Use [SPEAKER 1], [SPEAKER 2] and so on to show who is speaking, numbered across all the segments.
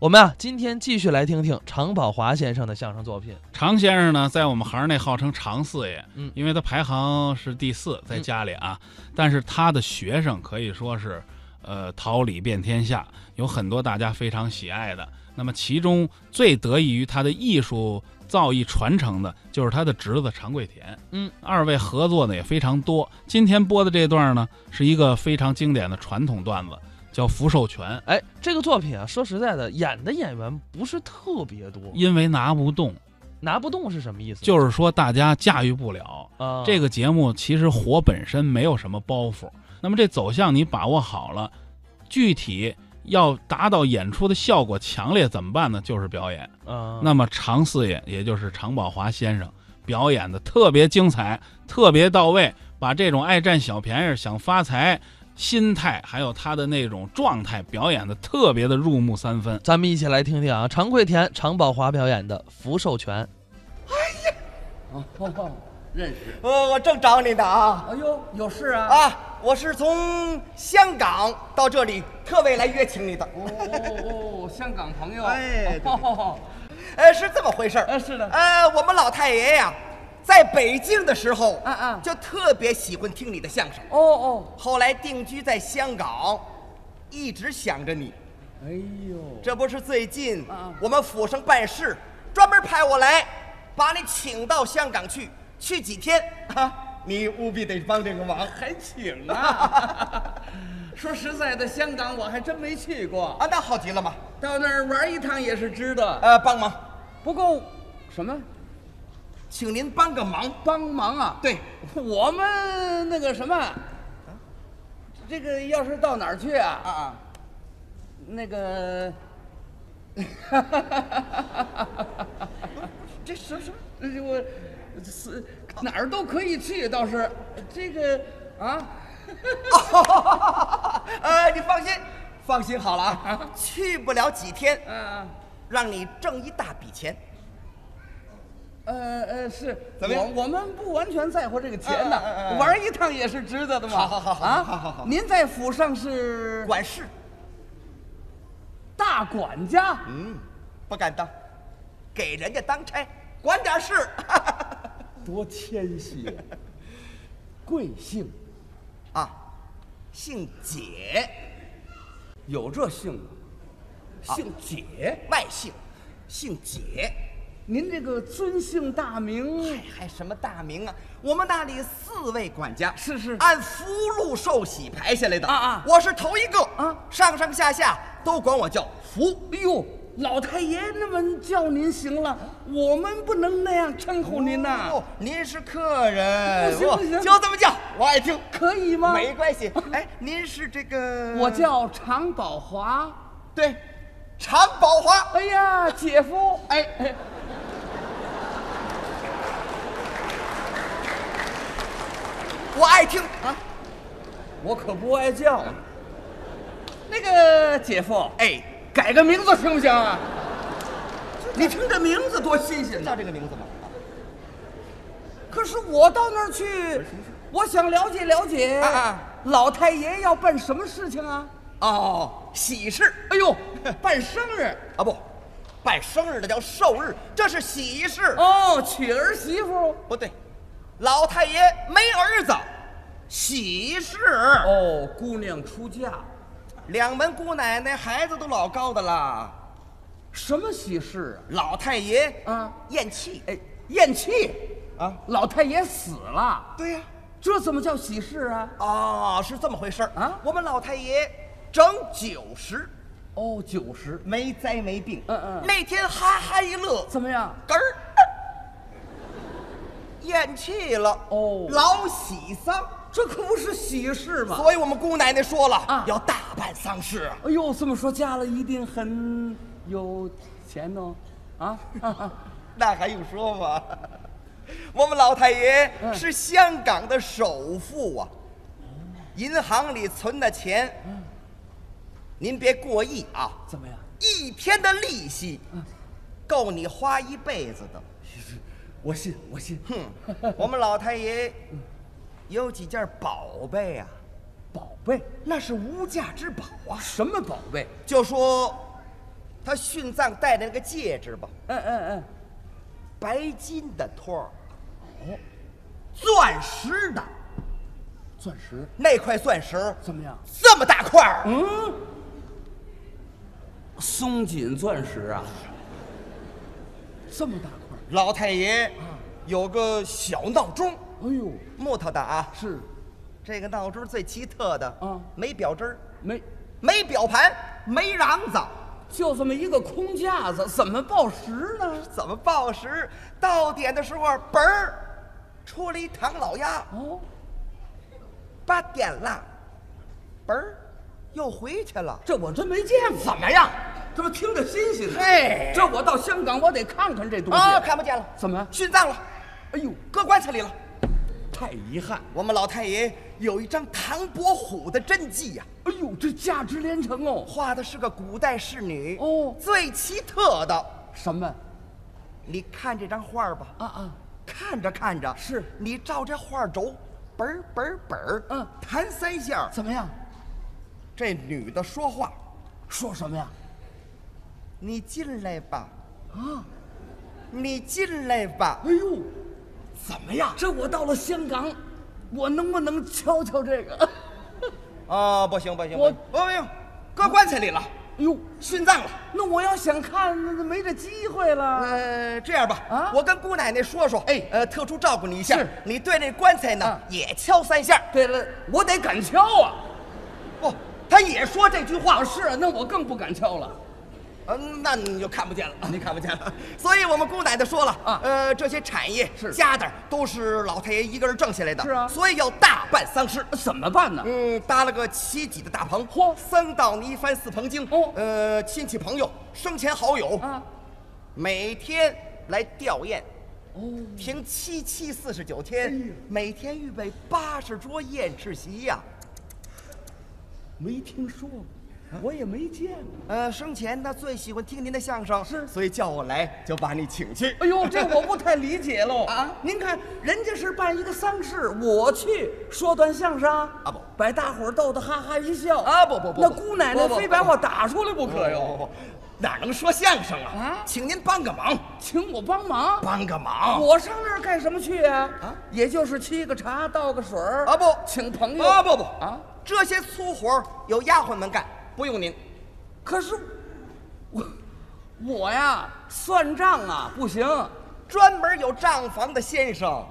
[SPEAKER 1] 我们啊，今天继续来听听常宝华先生的相声作品。
[SPEAKER 2] 常先生呢，在我们行内号称常四爷，
[SPEAKER 1] 嗯
[SPEAKER 2] 因为他排行是第四，在家里啊，但是他的学生可以说是，呃，桃李遍天下，有很多大家非常喜爱的。那么其中最得益于他的艺术造诣传承的，就是他的侄子常贵田。
[SPEAKER 1] 嗯，
[SPEAKER 2] 二位合作呢也非常多。今天播的这段呢，是一个非常经典的传统段子，叫《福寿全》。
[SPEAKER 1] 哎，这个作品啊，说实在的，演的演员不是特别多，
[SPEAKER 2] 因为拿不动，
[SPEAKER 1] 拿不动是什么意思？
[SPEAKER 2] 就是说大家驾驭不了，
[SPEAKER 1] 啊，
[SPEAKER 2] 这个节目其实火本身没有什么包袱，那么这走向你把握好了，具体要达到演出的效果强烈怎么办呢？就是表演。
[SPEAKER 1] 啊，
[SPEAKER 2] 那么常四爷，也就是常宝华先生，表演的特别精彩，特别到位，把这种爱占小便宜、想发财心态，还有他的那种状态，表演的特别的入木三分。
[SPEAKER 1] 咱们一起来听听啊，常贵田、常宝华表演的《福寿全》。
[SPEAKER 3] 哦，认识。
[SPEAKER 4] 呃，我正找你呢啊
[SPEAKER 3] 哎呦，有事啊？
[SPEAKER 4] 啊！我是从香港到这里特为来约请你的。
[SPEAKER 3] 哦哦哦，香港朋友。
[SPEAKER 4] 哎对对
[SPEAKER 3] 哦，
[SPEAKER 4] 呃，是这么回事儿。
[SPEAKER 3] 呃是的
[SPEAKER 4] 呃，我们老太爷呀，在北京的时候，
[SPEAKER 3] 嗯嗯
[SPEAKER 4] 就特别喜欢听你的相声。
[SPEAKER 3] 哦哦，
[SPEAKER 4] 后来定居在香港，一直想着你。
[SPEAKER 3] 哎呦，
[SPEAKER 4] 这不是最近
[SPEAKER 3] 嗯
[SPEAKER 4] 我们府上办事，专门派我来，把你请到香港去，去几天啊？你务必得帮这个忙。
[SPEAKER 3] 还请啊。 说实在的，香港我还真没去过，
[SPEAKER 4] 啊，那好极了嘛。
[SPEAKER 3] 到那儿玩一趟也是值的。
[SPEAKER 4] 呃，帮忙。
[SPEAKER 3] 不过，什么
[SPEAKER 4] 请您帮个忙。
[SPEAKER 3] 帮忙啊？
[SPEAKER 4] 对，
[SPEAKER 3] 我们那个什么，这个要是到哪儿去啊？
[SPEAKER 4] 啊啊，
[SPEAKER 3] 那 个，这什么什么？这我是哪儿都可以去，倒是这个啊，
[SPEAKER 4] 呃，你放心，放心好了啊，去不了几天，
[SPEAKER 3] 呃
[SPEAKER 4] 让你挣一大笔钱。
[SPEAKER 3] 呃呃，是，
[SPEAKER 4] 怎么样
[SPEAKER 3] 我我们不完全在乎这个钱呢
[SPEAKER 4] 啊啊啊啊，啊
[SPEAKER 3] 玩一趟也是值得的嘛。
[SPEAKER 4] 好好好好
[SPEAKER 3] 啊
[SPEAKER 4] 好好好
[SPEAKER 3] 您在府上是
[SPEAKER 4] 管事，
[SPEAKER 3] 大管家，
[SPEAKER 4] 嗯，不敢当，给人家当差，管 点事。
[SPEAKER 3] 多谦虚，贵姓？
[SPEAKER 4] 啊，姓解，
[SPEAKER 3] 有这姓吗？姓解。
[SPEAKER 4] 外姓，姓解，
[SPEAKER 3] 您这个尊姓大名，
[SPEAKER 4] 还什么大名啊？我们那里四位管家，
[SPEAKER 3] 是是
[SPEAKER 4] 按福禄寿喜排下来的
[SPEAKER 3] 啊啊
[SPEAKER 4] 我是头一个
[SPEAKER 3] 啊
[SPEAKER 4] 上上下下都管我叫福。
[SPEAKER 3] 哎呦，老太爷那么叫您行了，我们不能那样称呼您呐、
[SPEAKER 4] 哦，您是客人，
[SPEAKER 3] 不行
[SPEAKER 4] 我
[SPEAKER 3] 不行
[SPEAKER 4] 就这么叫，我爱听，
[SPEAKER 3] 可以吗？
[SPEAKER 4] 没 关系。哎，您是这个？
[SPEAKER 3] 我叫常宝华。
[SPEAKER 4] 对，常宝华。
[SPEAKER 3] 哎呀，姐夫，哎哎，
[SPEAKER 4] 我爱听啊。
[SPEAKER 3] 我可不爱叫。啊那个姐夫，
[SPEAKER 4] 哎，
[SPEAKER 3] 改个名字行不行啊？你听这名字多新鲜呐！
[SPEAKER 4] 叫这个名字吗？
[SPEAKER 3] 可是我到那儿去，我想了解了解，
[SPEAKER 4] 啊啊
[SPEAKER 3] 老太爷要办什么事情啊？
[SPEAKER 4] 哦，喜事
[SPEAKER 3] 哎 呦，办生日
[SPEAKER 4] 啊不，办生日的叫寿日，这是喜事。
[SPEAKER 3] 哦，娶儿媳妇。
[SPEAKER 4] 不对，老太爷没儿子，喜事。
[SPEAKER 3] 哦，姑娘出嫁，
[SPEAKER 4] 两门姑奶奶孩子都老高的了，
[SPEAKER 3] 什么喜事
[SPEAKER 4] 老太爷
[SPEAKER 3] 啊？啊，
[SPEAKER 4] 咽气。
[SPEAKER 3] 哎，咽气，
[SPEAKER 4] 啊，
[SPEAKER 3] 老太爷死了，
[SPEAKER 4] 对呀、
[SPEAKER 3] 这怎么叫喜事啊？
[SPEAKER 4] 哦，是这么回事儿
[SPEAKER 3] 啊
[SPEAKER 4] 我们老太爷整九十，
[SPEAKER 3] 哦，九十，
[SPEAKER 4] 没灾没病，
[SPEAKER 3] 嗯嗯
[SPEAKER 4] 那天哈哈一乐，
[SPEAKER 3] 怎么样？
[SPEAKER 4] 嗝儿咽气了，
[SPEAKER 3] 哦
[SPEAKER 4] 老喜丧。
[SPEAKER 3] 这可不是喜事嘛！
[SPEAKER 4] 所以我们姑奶奶说了，
[SPEAKER 3] 啊
[SPEAKER 4] 要大办丧事啊。
[SPEAKER 3] 哎呦，这么说嫁了一定很有钱哦，啊，
[SPEAKER 4] 那还用说吗？ 我们老太爷是香港的首富啊，银行里存的钱，您别过亿啊，
[SPEAKER 3] 怎么样？
[SPEAKER 4] 一天的利息，够你花一辈子的。
[SPEAKER 3] 我信，我信，
[SPEAKER 4] 哼，我们老太爷有几件宝贝啊，
[SPEAKER 3] 宝贝，
[SPEAKER 4] 那是无价之宝啊。
[SPEAKER 3] 什么宝贝？
[SPEAKER 4] 就说他殉葬戴的那个戒指吧，
[SPEAKER 3] 嗯嗯嗯，
[SPEAKER 4] 白金的托儿，
[SPEAKER 3] 钻石的，钻石
[SPEAKER 4] 那块钻石
[SPEAKER 3] 怎么样？
[SPEAKER 4] 这么大块儿，
[SPEAKER 3] 嗯，松紧钻石啊，这么大块儿，
[SPEAKER 4] 老太爷有个小闹钟，
[SPEAKER 3] 哎呦，
[SPEAKER 4] 木头的啊，
[SPEAKER 3] 是
[SPEAKER 4] 这个闹钟最奇特的，
[SPEAKER 3] 嗯
[SPEAKER 4] 没表针儿，
[SPEAKER 3] 没，
[SPEAKER 4] 没表盘，没瓤子，
[SPEAKER 3] 就这么一个空架子，怎么报时呢？
[SPEAKER 4] 怎么报时？到点的时候，嘣儿，出了一唐老鸭，
[SPEAKER 3] 哦，
[SPEAKER 4] 八点了，嘣儿，又回去了。
[SPEAKER 3] 这我真没见过，怎么样？这不听着新鲜呢？
[SPEAKER 4] 嘿
[SPEAKER 3] 这我到香港，我得看看这东西。
[SPEAKER 4] 啊，看不见了，
[SPEAKER 3] 怎么
[SPEAKER 4] 殉葬了？
[SPEAKER 3] 哎呦，
[SPEAKER 4] 搁棺材里了。
[SPEAKER 3] 太遗憾。
[SPEAKER 4] 我们老太爷有一张唐伯虎的真迹呀、
[SPEAKER 3] 哎呦，这价值连城哦。
[SPEAKER 4] 画的是个古代仕女
[SPEAKER 3] 哦
[SPEAKER 4] 最奇特的。
[SPEAKER 3] 什么？
[SPEAKER 4] 你看这张画儿吧，
[SPEAKER 3] 啊啊！
[SPEAKER 4] 看着看着，
[SPEAKER 3] 是
[SPEAKER 4] 你照这画轴，本儿本儿本儿，
[SPEAKER 3] 嗯
[SPEAKER 4] 弹三下儿，
[SPEAKER 3] 怎么样？
[SPEAKER 4] 这女的说话，
[SPEAKER 3] 说什么呀？
[SPEAKER 4] 你进来吧，
[SPEAKER 3] 啊！
[SPEAKER 4] 你进来吧，
[SPEAKER 3] 哎呦，
[SPEAKER 4] 怎么样？
[SPEAKER 3] 这我到了香港，我能不能瞧瞧这个？
[SPEAKER 4] 啊，不行不行，
[SPEAKER 3] 我
[SPEAKER 4] 不行不行，搁棺材里了，
[SPEAKER 3] 哎呦，
[SPEAKER 4] 殉葬了。
[SPEAKER 3] 那我要想看，那那没这机会了。
[SPEAKER 4] 呃，这样吧，
[SPEAKER 3] 啊
[SPEAKER 4] 我跟姑奶奶说说，
[SPEAKER 3] 哎
[SPEAKER 4] 呃，特殊照顾你一下
[SPEAKER 3] 是，
[SPEAKER 4] 你对那棺材呢、
[SPEAKER 3] 啊
[SPEAKER 4] 也敲三下。
[SPEAKER 3] 对了，我得敢敲啊！
[SPEAKER 4] 不，他也说这句话
[SPEAKER 3] 啊，，是啊，那我更不敢敲了。
[SPEAKER 4] 嗯，那你就看不见了，你看不见了。 所以我们姑奶奶说了，
[SPEAKER 3] 啊
[SPEAKER 4] 呃，这些产业
[SPEAKER 3] 是
[SPEAKER 4] 家当都是老太爷一个人挣下来的，
[SPEAKER 3] 是啊
[SPEAKER 4] 所以要大办丧事。
[SPEAKER 3] 怎么办呢？
[SPEAKER 4] 嗯，搭了个七几的大棚，
[SPEAKER 3] 嚯
[SPEAKER 4] 僧道泥帆四棚经，
[SPEAKER 3] 哦
[SPEAKER 4] 呃，亲戚朋友、生前好友，
[SPEAKER 3] 啊，
[SPEAKER 4] 每天来吊唁，
[SPEAKER 3] 哦，
[SPEAKER 4] 停七七四十九
[SPEAKER 3] 哎
[SPEAKER 4] 天，每天预备八十桌宴吃席呀、
[SPEAKER 3] 没听说过，我也没见过。
[SPEAKER 4] 呃，生前他最喜欢听您的相声，
[SPEAKER 3] 是
[SPEAKER 4] 所以叫我来就把你请去。
[SPEAKER 3] 哎呦，这我不太理解喽
[SPEAKER 4] 啊
[SPEAKER 3] 您看，人家是办一个丧事，我去说段相声啊
[SPEAKER 4] 啊不
[SPEAKER 3] 把大伙儿逗得哈哈一笑
[SPEAKER 4] 啊不不不
[SPEAKER 3] 那
[SPEAKER 4] 不
[SPEAKER 3] 姑奶奶
[SPEAKER 4] 不不哦
[SPEAKER 3] 非把我打出来不可
[SPEAKER 4] 不
[SPEAKER 3] 哟，
[SPEAKER 4] 不不，哎哪能说相声啊？
[SPEAKER 3] 啊
[SPEAKER 4] 请您帮个忙，
[SPEAKER 3] 请我帮忙，
[SPEAKER 4] 帮个忙。
[SPEAKER 3] 我上那儿干什么去啊？
[SPEAKER 4] 哦啊
[SPEAKER 3] 也就是沏个茶，倒个水儿
[SPEAKER 4] 啊不，
[SPEAKER 3] 请朋友
[SPEAKER 4] 啊不不
[SPEAKER 3] 啊，
[SPEAKER 4] 这些粗活儿有丫鬟们干，不用您。
[SPEAKER 3] 可是我我呀算账啊不行，
[SPEAKER 4] 专门有账房的先生，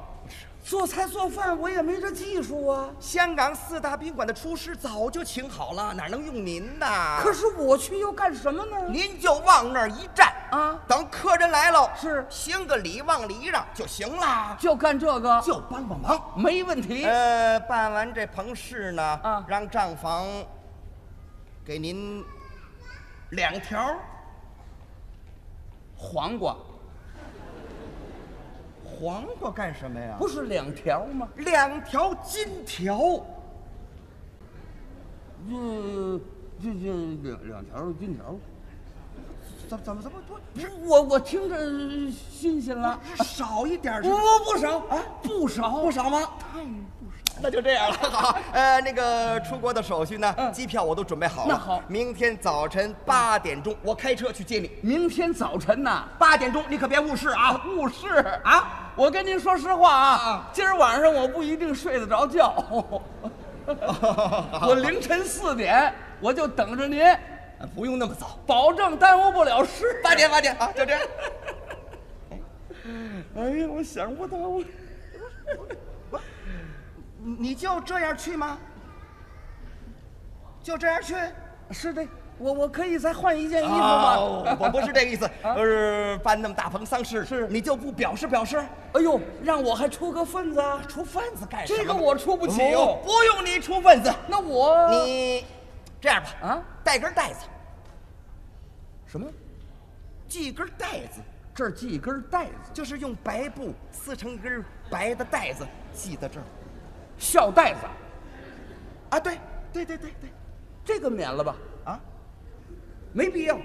[SPEAKER 3] 做菜做饭我也没这技术啊。
[SPEAKER 4] 香港四大宾馆的厨师早就请好了，哪能用您呐？
[SPEAKER 3] 可是我去又干什么呢？
[SPEAKER 4] 您就往那儿一站
[SPEAKER 3] 啊
[SPEAKER 4] 等客人来了，
[SPEAKER 3] 是
[SPEAKER 4] 行个礼，往礼让就行啦，
[SPEAKER 3] 就哎干这个，
[SPEAKER 4] 就帮帮忙。
[SPEAKER 3] 没问题。
[SPEAKER 4] 呃，办完这棚事呢，
[SPEAKER 3] 啊
[SPEAKER 4] 让账房给您两条儿
[SPEAKER 3] 黄瓜
[SPEAKER 4] 黄瓜干什么呀？
[SPEAKER 3] 不是两条吗？
[SPEAKER 4] 两条金条，
[SPEAKER 3] 这这这两两条金条，
[SPEAKER 4] 怎怎么怎么多
[SPEAKER 3] 我我听着新鲜
[SPEAKER 4] 啊
[SPEAKER 3] 了。
[SPEAKER 4] 少一点儿是
[SPEAKER 3] 不
[SPEAKER 4] 吧？
[SPEAKER 3] 不不少啊，不少不少吗？
[SPEAKER 4] 那就这样了，好，呃，那个出国的手续呢，机票我都准备嗯好了。
[SPEAKER 3] 那好
[SPEAKER 4] 明天早晨八点钟我开车去接你。
[SPEAKER 3] 明天早晨呐，
[SPEAKER 4] 八点钟你可别误事啊！
[SPEAKER 3] 误事啊！我跟您说实话啊，今儿晚上我不一定睡得着觉，我凌晨四点我就等着您，
[SPEAKER 4] 不用那么早，
[SPEAKER 3] 保证耽误不了事。
[SPEAKER 4] 八点八点啊，就这样。
[SPEAKER 3] 哎呀，我想不到啊我。
[SPEAKER 4] 你就这样去吗？就这样去？
[SPEAKER 3] 啊是的，我我可以再换一件衣服
[SPEAKER 4] 啊，
[SPEAKER 3] 吗？
[SPEAKER 4] 我我不是这个意思，呃，办那么大棚丧事，
[SPEAKER 3] 啊是
[SPEAKER 4] 你就不表示表示？
[SPEAKER 3] 哎呦，让我还出个份子啊！
[SPEAKER 4] 出份子干什么？
[SPEAKER 3] 这个我出不起哟、
[SPEAKER 4] 不用你出份子，
[SPEAKER 3] 那我
[SPEAKER 4] 你这样吧，
[SPEAKER 3] 啊，
[SPEAKER 4] 带根带子，
[SPEAKER 3] 什么？
[SPEAKER 4] 系根带子，
[SPEAKER 3] 这儿系一根带子，
[SPEAKER 4] 就是用白布撕成一根白的带子系在这儿。
[SPEAKER 3] 孝带子，
[SPEAKER 4] 啊，对，对对对对，
[SPEAKER 3] 这个免了吧，
[SPEAKER 4] 啊，
[SPEAKER 3] 没必要。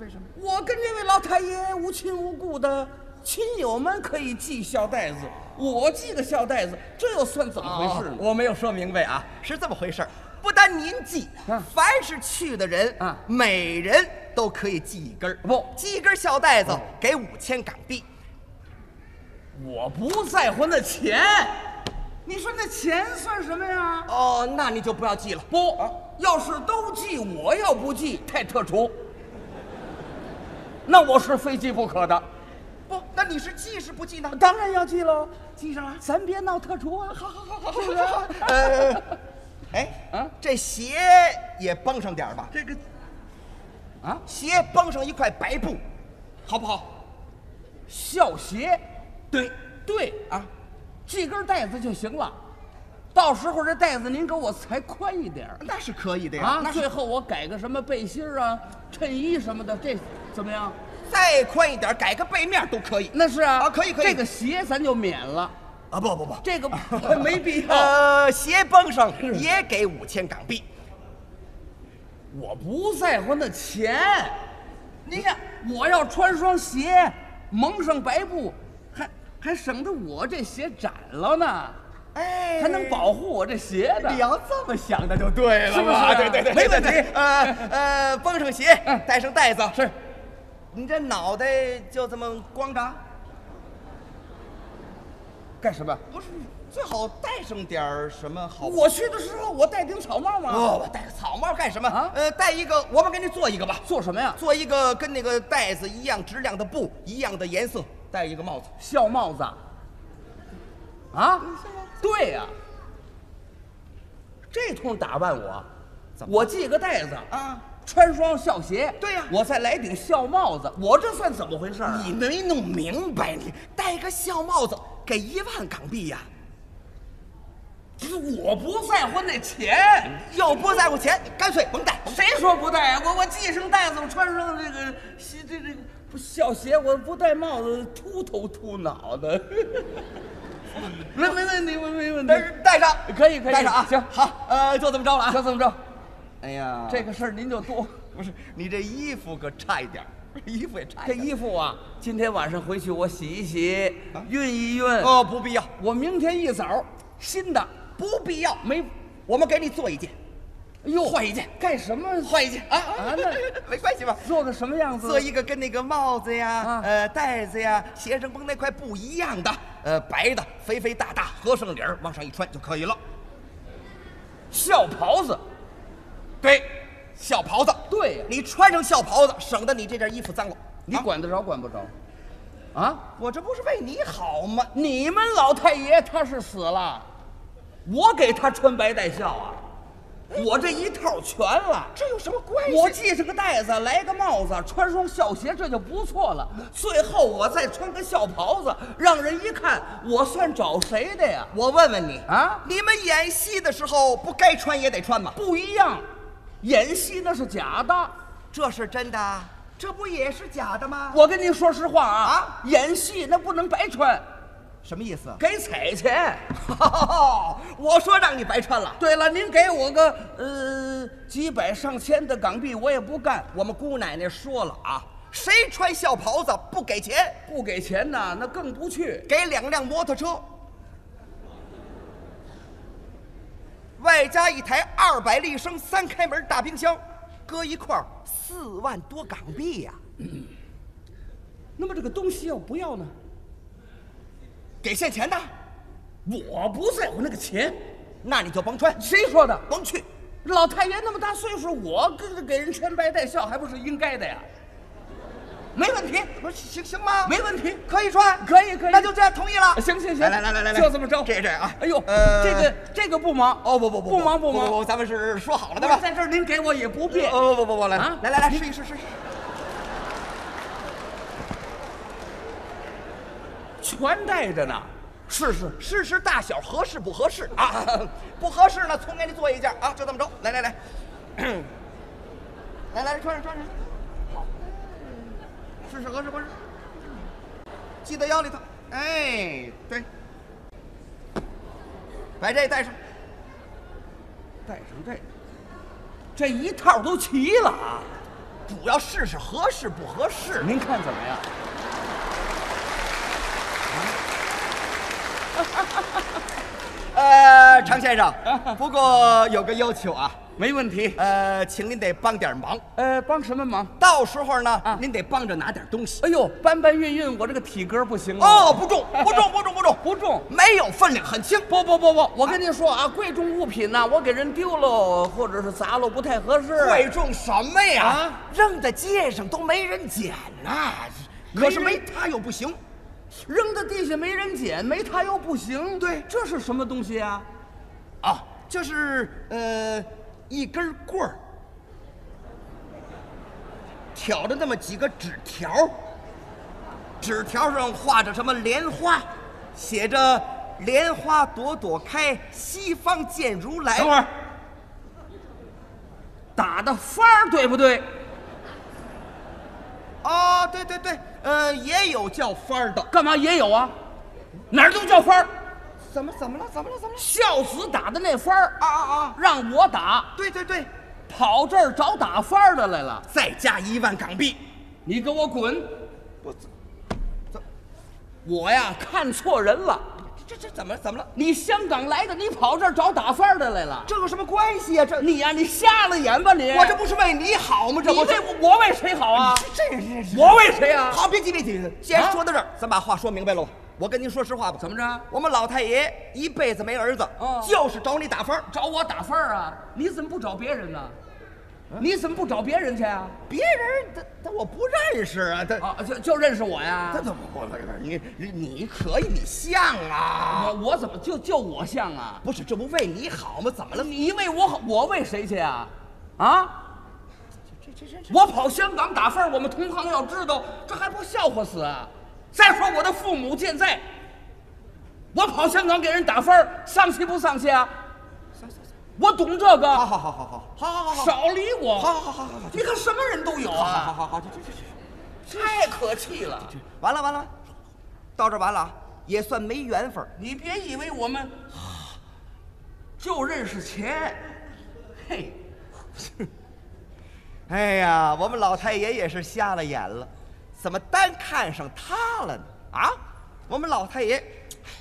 [SPEAKER 4] 为什么？
[SPEAKER 3] 我跟这位老太爷无亲无故的，亲友们可以系孝带子，我系个孝带子，这又算怎么回事呢？
[SPEAKER 4] 啊我没有说明白啊，是这么回事儿。不单您记，
[SPEAKER 3] 啊
[SPEAKER 4] 凡是去的人，
[SPEAKER 3] 啊
[SPEAKER 4] 每人都可以系一根儿，
[SPEAKER 3] 不哦
[SPEAKER 4] 系一根小带子，给五千港币。
[SPEAKER 3] 我不在乎那钱，你说那钱算什么呀？
[SPEAKER 4] 哦，那你就不要系了。
[SPEAKER 3] 不，要是都记，我要不记太特殊，那我是非记不可的。
[SPEAKER 4] 不，那你是系是不系呢？
[SPEAKER 3] 当然要记喽，
[SPEAKER 4] 系上了。
[SPEAKER 3] 咱别闹特殊啊！好好好好，是不是？
[SPEAKER 4] 呃，哎，
[SPEAKER 3] 啊
[SPEAKER 4] 这鞋也绷上点儿吧，
[SPEAKER 3] 这个啊，
[SPEAKER 4] 鞋绷上一块白布，好不好？
[SPEAKER 3] 校鞋，
[SPEAKER 4] 对，
[SPEAKER 3] 对啊，系根带子就行了。到时候这带子您给我裁宽一点儿
[SPEAKER 4] 那是可以的呀。
[SPEAKER 3] 啊，
[SPEAKER 4] 那
[SPEAKER 3] 最
[SPEAKER 4] 是
[SPEAKER 3] 后我改个什么背心儿啊、衬衣什么的，这怎么样？
[SPEAKER 4] 再宽一点儿，改个背面都可以。
[SPEAKER 3] 那是啊，
[SPEAKER 4] 啊可以可以
[SPEAKER 3] 这个鞋咱就免了，
[SPEAKER 4] 啊，不不不，
[SPEAKER 3] 这 个 哦没必要。
[SPEAKER 4] 呃，鞋绷上也给五千港币。
[SPEAKER 3] 我不在乎那钱，你看我要穿双鞋，蒙上白布，还还省得我这鞋展了呢，
[SPEAKER 4] 哎
[SPEAKER 3] 还能保护我这鞋呢。
[SPEAKER 4] 你要这么想的就对了嘛，
[SPEAKER 3] 是不是啊
[SPEAKER 4] 对对对，
[SPEAKER 3] 没问题
[SPEAKER 4] 对对对呃呃，绷上鞋，带上带子。
[SPEAKER 3] 是，
[SPEAKER 4] 你这脑袋就这么光着，
[SPEAKER 3] 干什么？
[SPEAKER 4] 不是最好带上点儿什么好？
[SPEAKER 3] 我去的时候我戴顶草帽吗？
[SPEAKER 4] 哦，我戴个草帽干什么？
[SPEAKER 3] 啊
[SPEAKER 4] 呃，戴一个，我们给你做一个吧，
[SPEAKER 3] 做什么呀？
[SPEAKER 4] 做一个跟那个带子一样质量的布，一样的颜色，戴一个帽子。
[SPEAKER 3] 校帽子啊。啊，对呀、这通打扮我，
[SPEAKER 4] 怎么
[SPEAKER 3] 我系个带子
[SPEAKER 4] 啊，
[SPEAKER 3] 穿双校鞋，
[SPEAKER 4] 对呀
[SPEAKER 3] 我再来顶校帽子，我这算怎么回事、啊？
[SPEAKER 4] 你没弄明白，你戴个校帽子给一万港币呀、
[SPEAKER 3] 不是我不在乎那钱，
[SPEAKER 4] 要不在乎钱，干脆甭戴。
[SPEAKER 3] 谁说不戴啊？我我系上带子，我穿上这个鞋，这这个不校鞋，我不戴帽子，秃头秃脑的。 没没问题，没没问题
[SPEAKER 4] 但。是戴上，
[SPEAKER 3] 可以可以
[SPEAKER 4] 戴上啊。
[SPEAKER 3] 行
[SPEAKER 4] 好，呃，就这么着了啊。
[SPEAKER 3] 就这么着，
[SPEAKER 4] 哎呀，
[SPEAKER 3] 这个事儿您就多。
[SPEAKER 4] 不是你这衣服可差一点儿，衣服也差
[SPEAKER 3] 这
[SPEAKER 4] 一点儿。
[SPEAKER 3] 衣服啊，今天晚上回去我洗一洗
[SPEAKER 4] 啊，
[SPEAKER 3] 熨一熨。
[SPEAKER 4] 哦，不必要，
[SPEAKER 3] 我明天一早新的
[SPEAKER 4] 不必要。
[SPEAKER 3] 没，
[SPEAKER 4] 我们给你做一件，
[SPEAKER 3] 哟，
[SPEAKER 4] 换一件
[SPEAKER 3] 干什么？
[SPEAKER 4] 换一件啊 嗯
[SPEAKER 3] 啊那
[SPEAKER 4] 没关系吧？
[SPEAKER 3] 做个什么样子？
[SPEAKER 4] 做一个跟那个帽子呀、
[SPEAKER 3] 啊
[SPEAKER 4] 呃带子呀、鞋上绷那块布一样的，呃白的，肥肥大大，合上领儿往上一穿就可以了。
[SPEAKER 3] 校袍子，
[SPEAKER 4] 对，校袍子。
[SPEAKER 3] 对呀
[SPEAKER 4] 你穿上校袍子，省得你这件衣服脏了。
[SPEAKER 3] 你
[SPEAKER 4] 啊
[SPEAKER 3] 管得着管不着？啊，
[SPEAKER 4] 我这不是为你好吗？
[SPEAKER 3] 你们老太爷他是死了，我给他穿白带孝啊，我这一套全了。
[SPEAKER 4] 这有什么关系？
[SPEAKER 3] 我系上个带子，来个帽子，穿双校鞋，这就不错了。最后我再穿个校袍子，让人一看我算找谁的呀？
[SPEAKER 4] 我问问你
[SPEAKER 3] 啊
[SPEAKER 4] 你们演戏的时候不该穿也得穿吗？
[SPEAKER 3] 不一样，演戏那是假的。
[SPEAKER 4] 这是真的，这不也是假的吗？
[SPEAKER 3] 啊我跟您说实话啊，
[SPEAKER 4] 啊
[SPEAKER 3] 演戏那不能白穿，
[SPEAKER 4] 什么意思？
[SPEAKER 3] 给彩钱。
[SPEAKER 4] 我说让你白穿了。
[SPEAKER 3] 对了，您给我个呃几百上千的港币，我也不干。
[SPEAKER 4] 我们姑奶奶说了啊，谁穿校袍子不给钱，
[SPEAKER 3] 不给钱呐，那更不去。
[SPEAKER 4] 给两辆摩托车，外加一台二百立升三开门大冰箱，搁一块儿四万多港币呀、
[SPEAKER 3] 那么这个东西要不要呢？
[SPEAKER 4] 给现钱的，
[SPEAKER 3] 我不在乎那个钱。
[SPEAKER 4] 那你就甭穿，
[SPEAKER 3] 谁说的？
[SPEAKER 4] 甭去。
[SPEAKER 3] 老太爷那么大岁数，我给给人穿白带孝还不是应该的呀？没问题，
[SPEAKER 4] 不是行行吗？
[SPEAKER 3] 没问题，
[SPEAKER 4] 可以哎穿，
[SPEAKER 3] 可以可以
[SPEAKER 4] 那就这样同意了。
[SPEAKER 3] 行行行，
[SPEAKER 4] 来来来来来来，
[SPEAKER 3] 就这么着。
[SPEAKER 4] 这这啊，
[SPEAKER 3] 哎呦，
[SPEAKER 4] 呃，
[SPEAKER 3] 这个这个不忙
[SPEAKER 4] 哦不不不
[SPEAKER 3] 不忙不
[SPEAKER 4] 不
[SPEAKER 3] 忙，
[SPEAKER 4] 不，咱们是说好了的
[SPEAKER 3] 我
[SPEAKER 4] 吧？
[SPEAKER 3] 在这儿您给我也不便。
[SPEAKER 4] 哦不不不不，来
[SPEAKER 3] 啊
[SPEAKER 4] 来来来，试一试试一试。
[SPEAKER 3] 全带着呢。
[SPEAKER 4] 试试试试嗯大小合适不合适啊？ 不合适呢，重给你做一件啊，就这么着。来来来， 来来穿上穿上，好，试试合适不合适？系到腰里头，哎，对，把这带上。
[SPEAKER 3] 带上这，这一套都齐了啊！
[SPEAKER 4] 主要试试合适不合适。
[SPEAKER 3] 您看怎么样？
[SPEAKER 4] 呃，呃，常先生，不过有个要求啊，
[SPEAKER 3] 没问题。
[SPEAKER 4] 呃，请您得帮点忙，
[SPEAKER 3] 呃，帮什么忙？
[SPEAKER 4] 到时候
[SPEAKER 3] 啊
[SPEAKER 4] 呢，您得帮着拿点东西。
[SPEAKER 3] 哎呦，搬搬运运，我这个体格不行了
[SPEAKER 4] 哦，，不重，不重，不重，不重，
[SPEAKER 3] 不重。
[SPEAKER 4] 没有分量，很轻。
[SPEAKER 3] 不不不不，我跟您说啊，贵重物品呐、我给人丢喽，或者是砸喽，不太合适。
[SPEAKER 4] 贵重什么呀
[SPEAKER 3] 啊？
[SPEAKER 4] 扔在街上都没人捡呐。可是
[SPEAKER 3] 没
[SPEAKER 4] 没
[SPEAKER 3] 人
[SPEAKER 4] 它又不行。
[SPEAKER 3] 扔到地下没人捡，没它又不行。对，这是什么东西啊？
[SPEAKER 4] 啊，就是呃一根棍儿，挑着那么几个纸条儿，纸条上画着什么莲花，写着“莲花朵朵开，西方见如来
[SPEAKER 3] 等会儿，打的幡儿对不对？”。
[SPEAKER 4] 啊，对对对，呃，也有叫幡儿的。
[SPEAKER 3] 干嘛也有啊？哪儿都叫幡儿，
[SPEAKER 4] 怎么怎么了？怎么了？怎么了？
[SPEAKER 3] 孝子打的那幡儿
[SPEAKER 4] 啊，啊啊！
[SPEAKER 3] 让我打，
[SPEAKER 4] 对对对，
[SPEAKER 3] 跑这儿找打幡儿的来了。
[SPEAKER 4] 再加一万港币。
[SPEAKER 3] 你给我滚！
[SPEAKER 4] 我怎
[SPEAKER 3] 我呀看错人了，
[SPEAKER 4] 这这怎么怎么了？
[SPEAKER 3] 你香港来的，你跑这儿找打幡儿的来了。
[SPEAKER 4] 这有什么关系呀、这
[SPEAKER 3] 你呀、你瞎了眼吧你！
[SPEAKER 4] 我这不是为你好吗？这
[SPEAKER 3] 你
[SPEAKER 4] 不
[SPEAKER 3] 为
[SPEAKER 4] 是。
[SPEAKER 3] 我我为谁好啊？
[SPEAKER 4] 这这这
[SPEAKER 3] 我为谁啊？
[SPEAKER 4] 好，别急，别急，既然说到这儿，咱把话说明白了吧。我跟您说实话吧，
[SPEAKER 3] 怎么着
[SPEAKER 4] 我们老太爷一辈子没儿子
[SPEAKER 3] 哦，
[SPEAKER 4] 就是找你打分。
[SPEAKER 3] 找我打分儿啊？你怎么不找别人呢？
[SPEAKER 4] 嗯
[SPEAKER 3] 你怎么不找别人去啊？
[SPEAKER 4] 别人他他我不认识啊，他
[SPEAKER 3] 啊，就就认识我呀
[SPEAKER 4] 他？怎么我你你你可以，你像啊
[SPEAKER 3] 我？我怎么就就我像啊？
[SPEAKER 4] 不是，这不为你好吗？怎么了？
[SPEAKER 3] 你为我好，我为谁去啊？啊！
[SPEAKER 4] 这这这这
[SPEAKER 3] 我跑香港打分儿，我们同行要知道，这还不笑话死啊？再说我的父母健在，我跑香港给人打分儿，丧气不丧气啊？我懂这个，
[SPEAKER 4] 好好好好好好好好好
[SPEAKER 3] 少理我。
[SPEAKER 4] 好好好好好，
[SPEAKER 3] 你看什么人都有
[SPEAKER 4] 好好
[SPEAKER 3] 啊，
[SPEAKER 4] 好好，这这这这。
[SPEAKER 3] 太可气了。
[SPEAKER 4] 完了完了，到这儿完了啊，也算没缘分儿。
[SPEAKER 3] 你别以为我们 就认识钱，嘿，
[SPEAKER 4] 哎呀，我们老太爷也是瞎了眼了，怎么单看上他了呢？啊，我们老太爷唉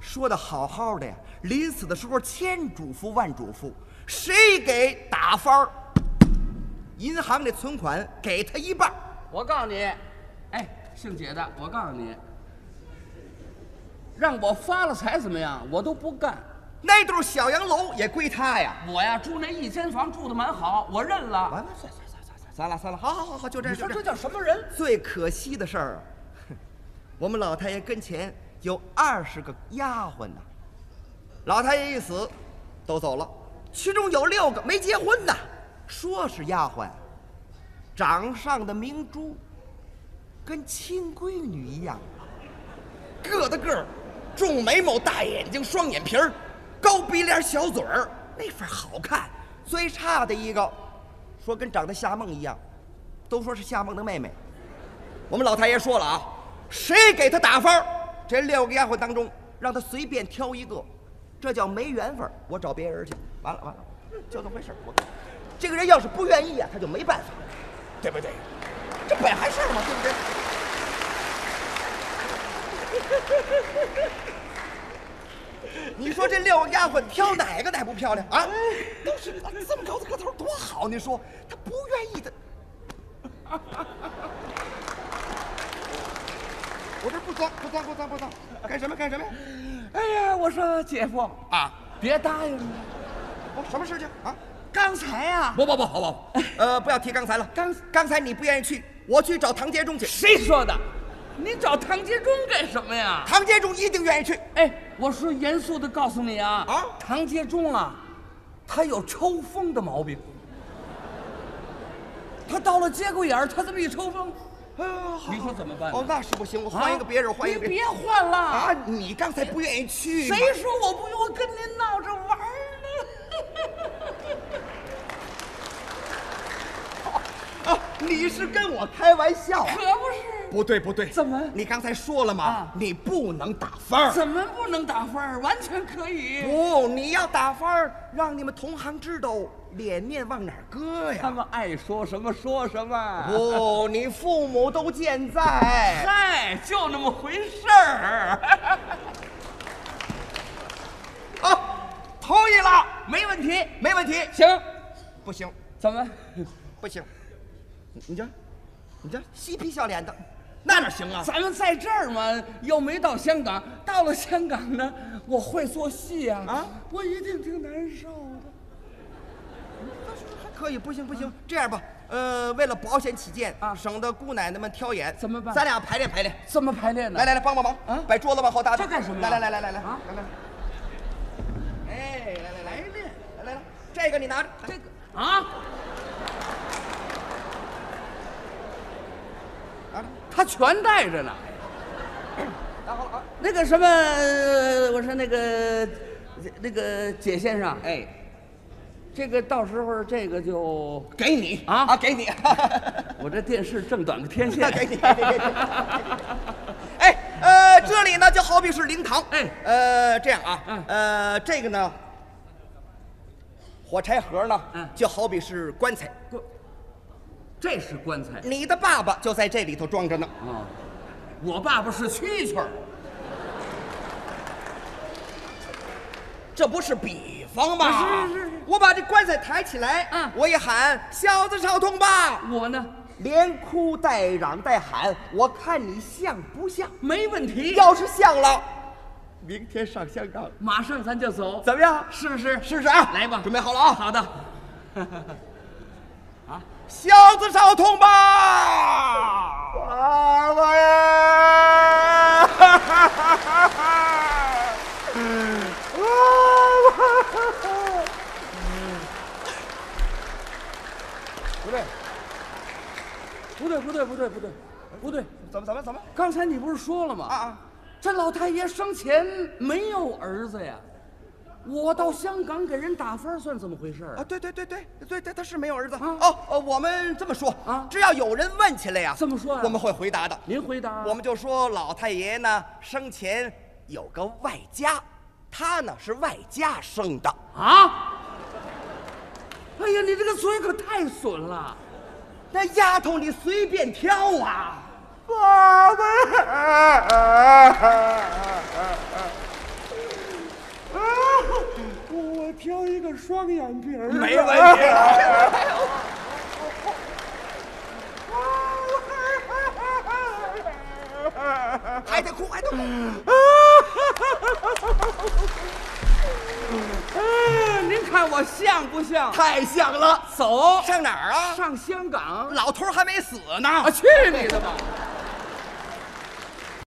[SPEAKER 4] 说的好好的呀，临死的时候千嘱咐万嘱咐，谁给打翻儿，银行的存款给他一半儿。
[SPEAKER 3] 我告诉你，哎，姓解的，我告诉你，让我发了财怎么样？我都不干。
[SPEAKER 4] 那栋小洋楼也归他呀。
[SPEAKER 3] 我呀住那一间房住的蛮好，我认了。
[SPEAKER 4] 完了，算算算算算，算了算了，好好好好，就这
[SPEAKER 3] 你
[SPEAKER 4] 样。
[SPEAKER 3] 说
[SPEAKER 4] 就
[SPEAKER 3] 这
[SPEAKER 4] 样
[SPEAKER 3] 叫什么人？
[SPEAKER 4] 最可惜的事儿啊， 我们老太爷跟前有二十个丫鬟呢。老太爷一死，都走了，其中有六个没结婚呢。说是丫鬟，掌上的明珠，跟亲闺女一样，啊个的个儿，重眉毛、大眼睛、双眼皮儿，高鼻梁、小嘴儿，那份儿好看。最差的一个，说跟长得夏梦一样，都说是夏梦的妹妹。我们老太爷说了啊，谁给他打分儿，这六个丫鬟当中，让他随便挑一个，这叫没缘分儿。我找别人去，完了完了，就这么回事儿。我这个人要是不愿意啊，他就没办法，对不对？这本来事儿嘛，对不对？ 你说这六个丫鬟挑哪个哪不漂亮啊？都是啊这么高的个头儿多好，你说他不愿意的。我这不脏不脏不脏不脏，干什么干什么呀？
[SPEAKER 3] 哎呀，我说姐夫，
[SPEAKER 4] 啊，
[SPEAKER 3] 别答应了。
[SPEAKER 4] 我什么事情啊？
[SPEAKER 3] 刚才呀、
[SPEAKER 4] 不不不，好不好？
[SPEAKER 3] 哎
[SPEAKER 4] 呃，不要提刚才了。啊刚刚才你不愿意去，我去找唐杰忠去。
[SPEAKER 3] 谁说的？你找唐杰忠干什么呀？
[SPEAKER 4] 唐杰忠一定愿意去。
[SPEAKER 3] 哎，我说严肃的告诉你啊，
[SPEAKER 4] 啊
[SPEAKER 3] 唐杰忠啊，他有抽风的毛病。他到了节骨眼儿，他这么一抽风，
[SPEAKER 4] 哎呀，
[SPEAKER 3] 你说怎么办呢
[SPEAKER 4] 哦，那是不行，我换一个别人，换一个
[SPEAKER 3] 啊你
[SPEAKER 4] 别
[SPEAKER 3] 别
[SPEAKER 4] 人。
[SPEAKER 3] 换了！
[SPEAKER 4] 啊，你刚才不愿意去嘛。
[SPEAKER 3] 谁说我不我跟您闹着玩儿呢？
[SPEAKER 4] 啊？你是跟我开玩笑啊？
[SPEAKER 3] 可不是，
[SPEAKER 4] 不对不对，
[SPEAKER 3] 怎么
[SPEAKER 4] 你刚才说了嘛
[SPEAKER 3] 啊，
[SPEAKER 4] 你不能打分儿。
[SPEAKER 3] 怎么不能打分儿？完全可以。
[SPEAKER 4] 不，你要打分儿，让你们同行知道脸面往哪儿搁 呀。
[SPEAKER 3] 们爱说什么说什么。
[SPEAKER 4] 不，你父母都健在。
[SPEAKER 3] 嗨， 就那么回事儿。
[SPEAKER 4] 啊，同意了，
[SPEAKER 3] 没问题。
[SPEAKER 4] 没问题。
[SPEAKER 3] 行，
[SPEAKER 4] 不行，
[SPEAKER 3] 怎么？
[SPEAKER 4] 不行，你你这，你这嬉皮笑脸的，那哪行啊？
[SPEAKER 3] 咱们在这儿嘛，又没到香港，到了香港呢，我会做戏啊，
[SPEAKER 4] 啊
[SPEAKER 3] 我一定挺难受的。
[SPEAKER 4] 还可以，不行不行，这样吧，呃，为了保险起见
[SPEAKER 3] 啊
[SPEAKER 4] 省得姑奶奶们挑眼，
[SPEAKER 3] 怎么办
[SPEAKER 4] 咱俩排练排练，
[SPEAKER 3] 怎么排练呢？
[SPEAKER 4] 来来来，帮帮忙
[SPEAKER 3] 啊
[SPEAKER 4] 把桌子往后搭搭。
[SPEAKER 3] 这干什么
[SPEAKER 4] 来来来来来来，
[SPEAKER 3] 啊
[SPEAKER 4] 来来来，哎，来来来来来来来，这个你拿着，
[SPEAKER 3] 这个啊，
[SPEAKER 4] 拿着，
[SPEAKER 3] 他全带 着呢。
[SPEAKER 4] 拿好了啊。
[SPEAKER 3] 那个什么，呃我说那个那个解先生，哎，这个到时候这个就
[SPEAKER 4] 给你
[SPEAKER 3] 啊
[SPEAKER 4] 啊，给你，
[SPEAKER 3] 我这电视正短个天 线
[SPEAKER 4] 那，给你，给
[SPEAKER 3] 哎
[SPEAKER 4] 你，给你。哎，呃，这里呢就好比是灵堂，
[SPEAKER 3] 哎
[SPEAKER 4] 呃，这样啊
[SPEAKER 3] 嗯，
[SPEAKER 4] 呃，这个呢，火柴盒呢
[SPEAKER 3] 嗯，
[SPEAKER 4] 就好比是棺材，
[SPEAKER 3] 这是棺材
[SPEAKER 4] 你的爸爸就在这里头装着呢。
[SPEAKER 3] 啊。我爸爸是蛐蛐儿，
[SPEAKER 4] 这不是比方吗？
[SPEAKER 3] 啊是是是
[SPEAKER 4] 我把这棺材抬起来，
[SPEAKER 3] 嗯
[SPEAKER 4] 我一喊“小子少通吧
[SPEAKER 3] 我呢”，
[SPEAKER 4] 连哭带嚷带喊，我看你像不像？
[SPEAKER 3] 没问题，
[SPEAKER 4] 要是像了，明天上香港，
[SPEAKER 3] 马上咱就走，
[SPEAKER 4] 怎么样？
[SPEAKER 3] 是不是？
[SPEAKER 4] 试试啊！
[SPEAKER 3] 来吧
[SPEAKER 4] 准备好了啊！
[SPEAKER 3] 好 的，
[SPEAKER 4] 小子少通 吧！爸爸呀！哈哈哈哈哈！不对，
[SPEAKER 3] 不对不对不对不对不对，
[SPEAKER 4] 怎么怎么怎么
[SPEAKER 3] 刚才你不是说了吗？
[SPEAKER 4] 啊啊！
[SPEAKER 3] 这老太爷生前没有儿子呀，我到香港给人打分儿算怎么回事儿
[SPEAKER 4] 啊，
[SPEAKER 3] 啊？
[SPEAKER 4] 对对对对对，他他是没有儿子。
[SPEAKER 3] 啊
[SPEAKER 4] 哦，呃，我们这么说
[SPEAKER 3] 啊
[SPEAKER 4] 只要有人问起来呀、
[SPEAKER 3] 这么说呀
[SPEAKER 4] 我们会回答的。
[SPEAKER 3] 您回答，
[SPEAKER 4] 我们就说老太爷呢生前有个外家，他呢是外家生的。
[SPEAKER 3] 啊！哎呀，你这个嘴可太损了！
[SPEAKER 4] 那丫头你随便挑啊，宝贝儿。
[SPEAKER 3] 我挑一个双眼皮儿
[SPEAKER 4] 没问题。还得哭，还得哭。
[SPEAKER 3] 嗯您看我像不像？
[SPEAKER 4] 太像了。
[SPEAKER 3] 走，
[SPEAKER 4] 上哪儿啊？啊
[SPEAKER 3] 上香港
[SPEAKER 4] 老头儿还没死呢。
[SPEAKER 3] 啊！去你的吧！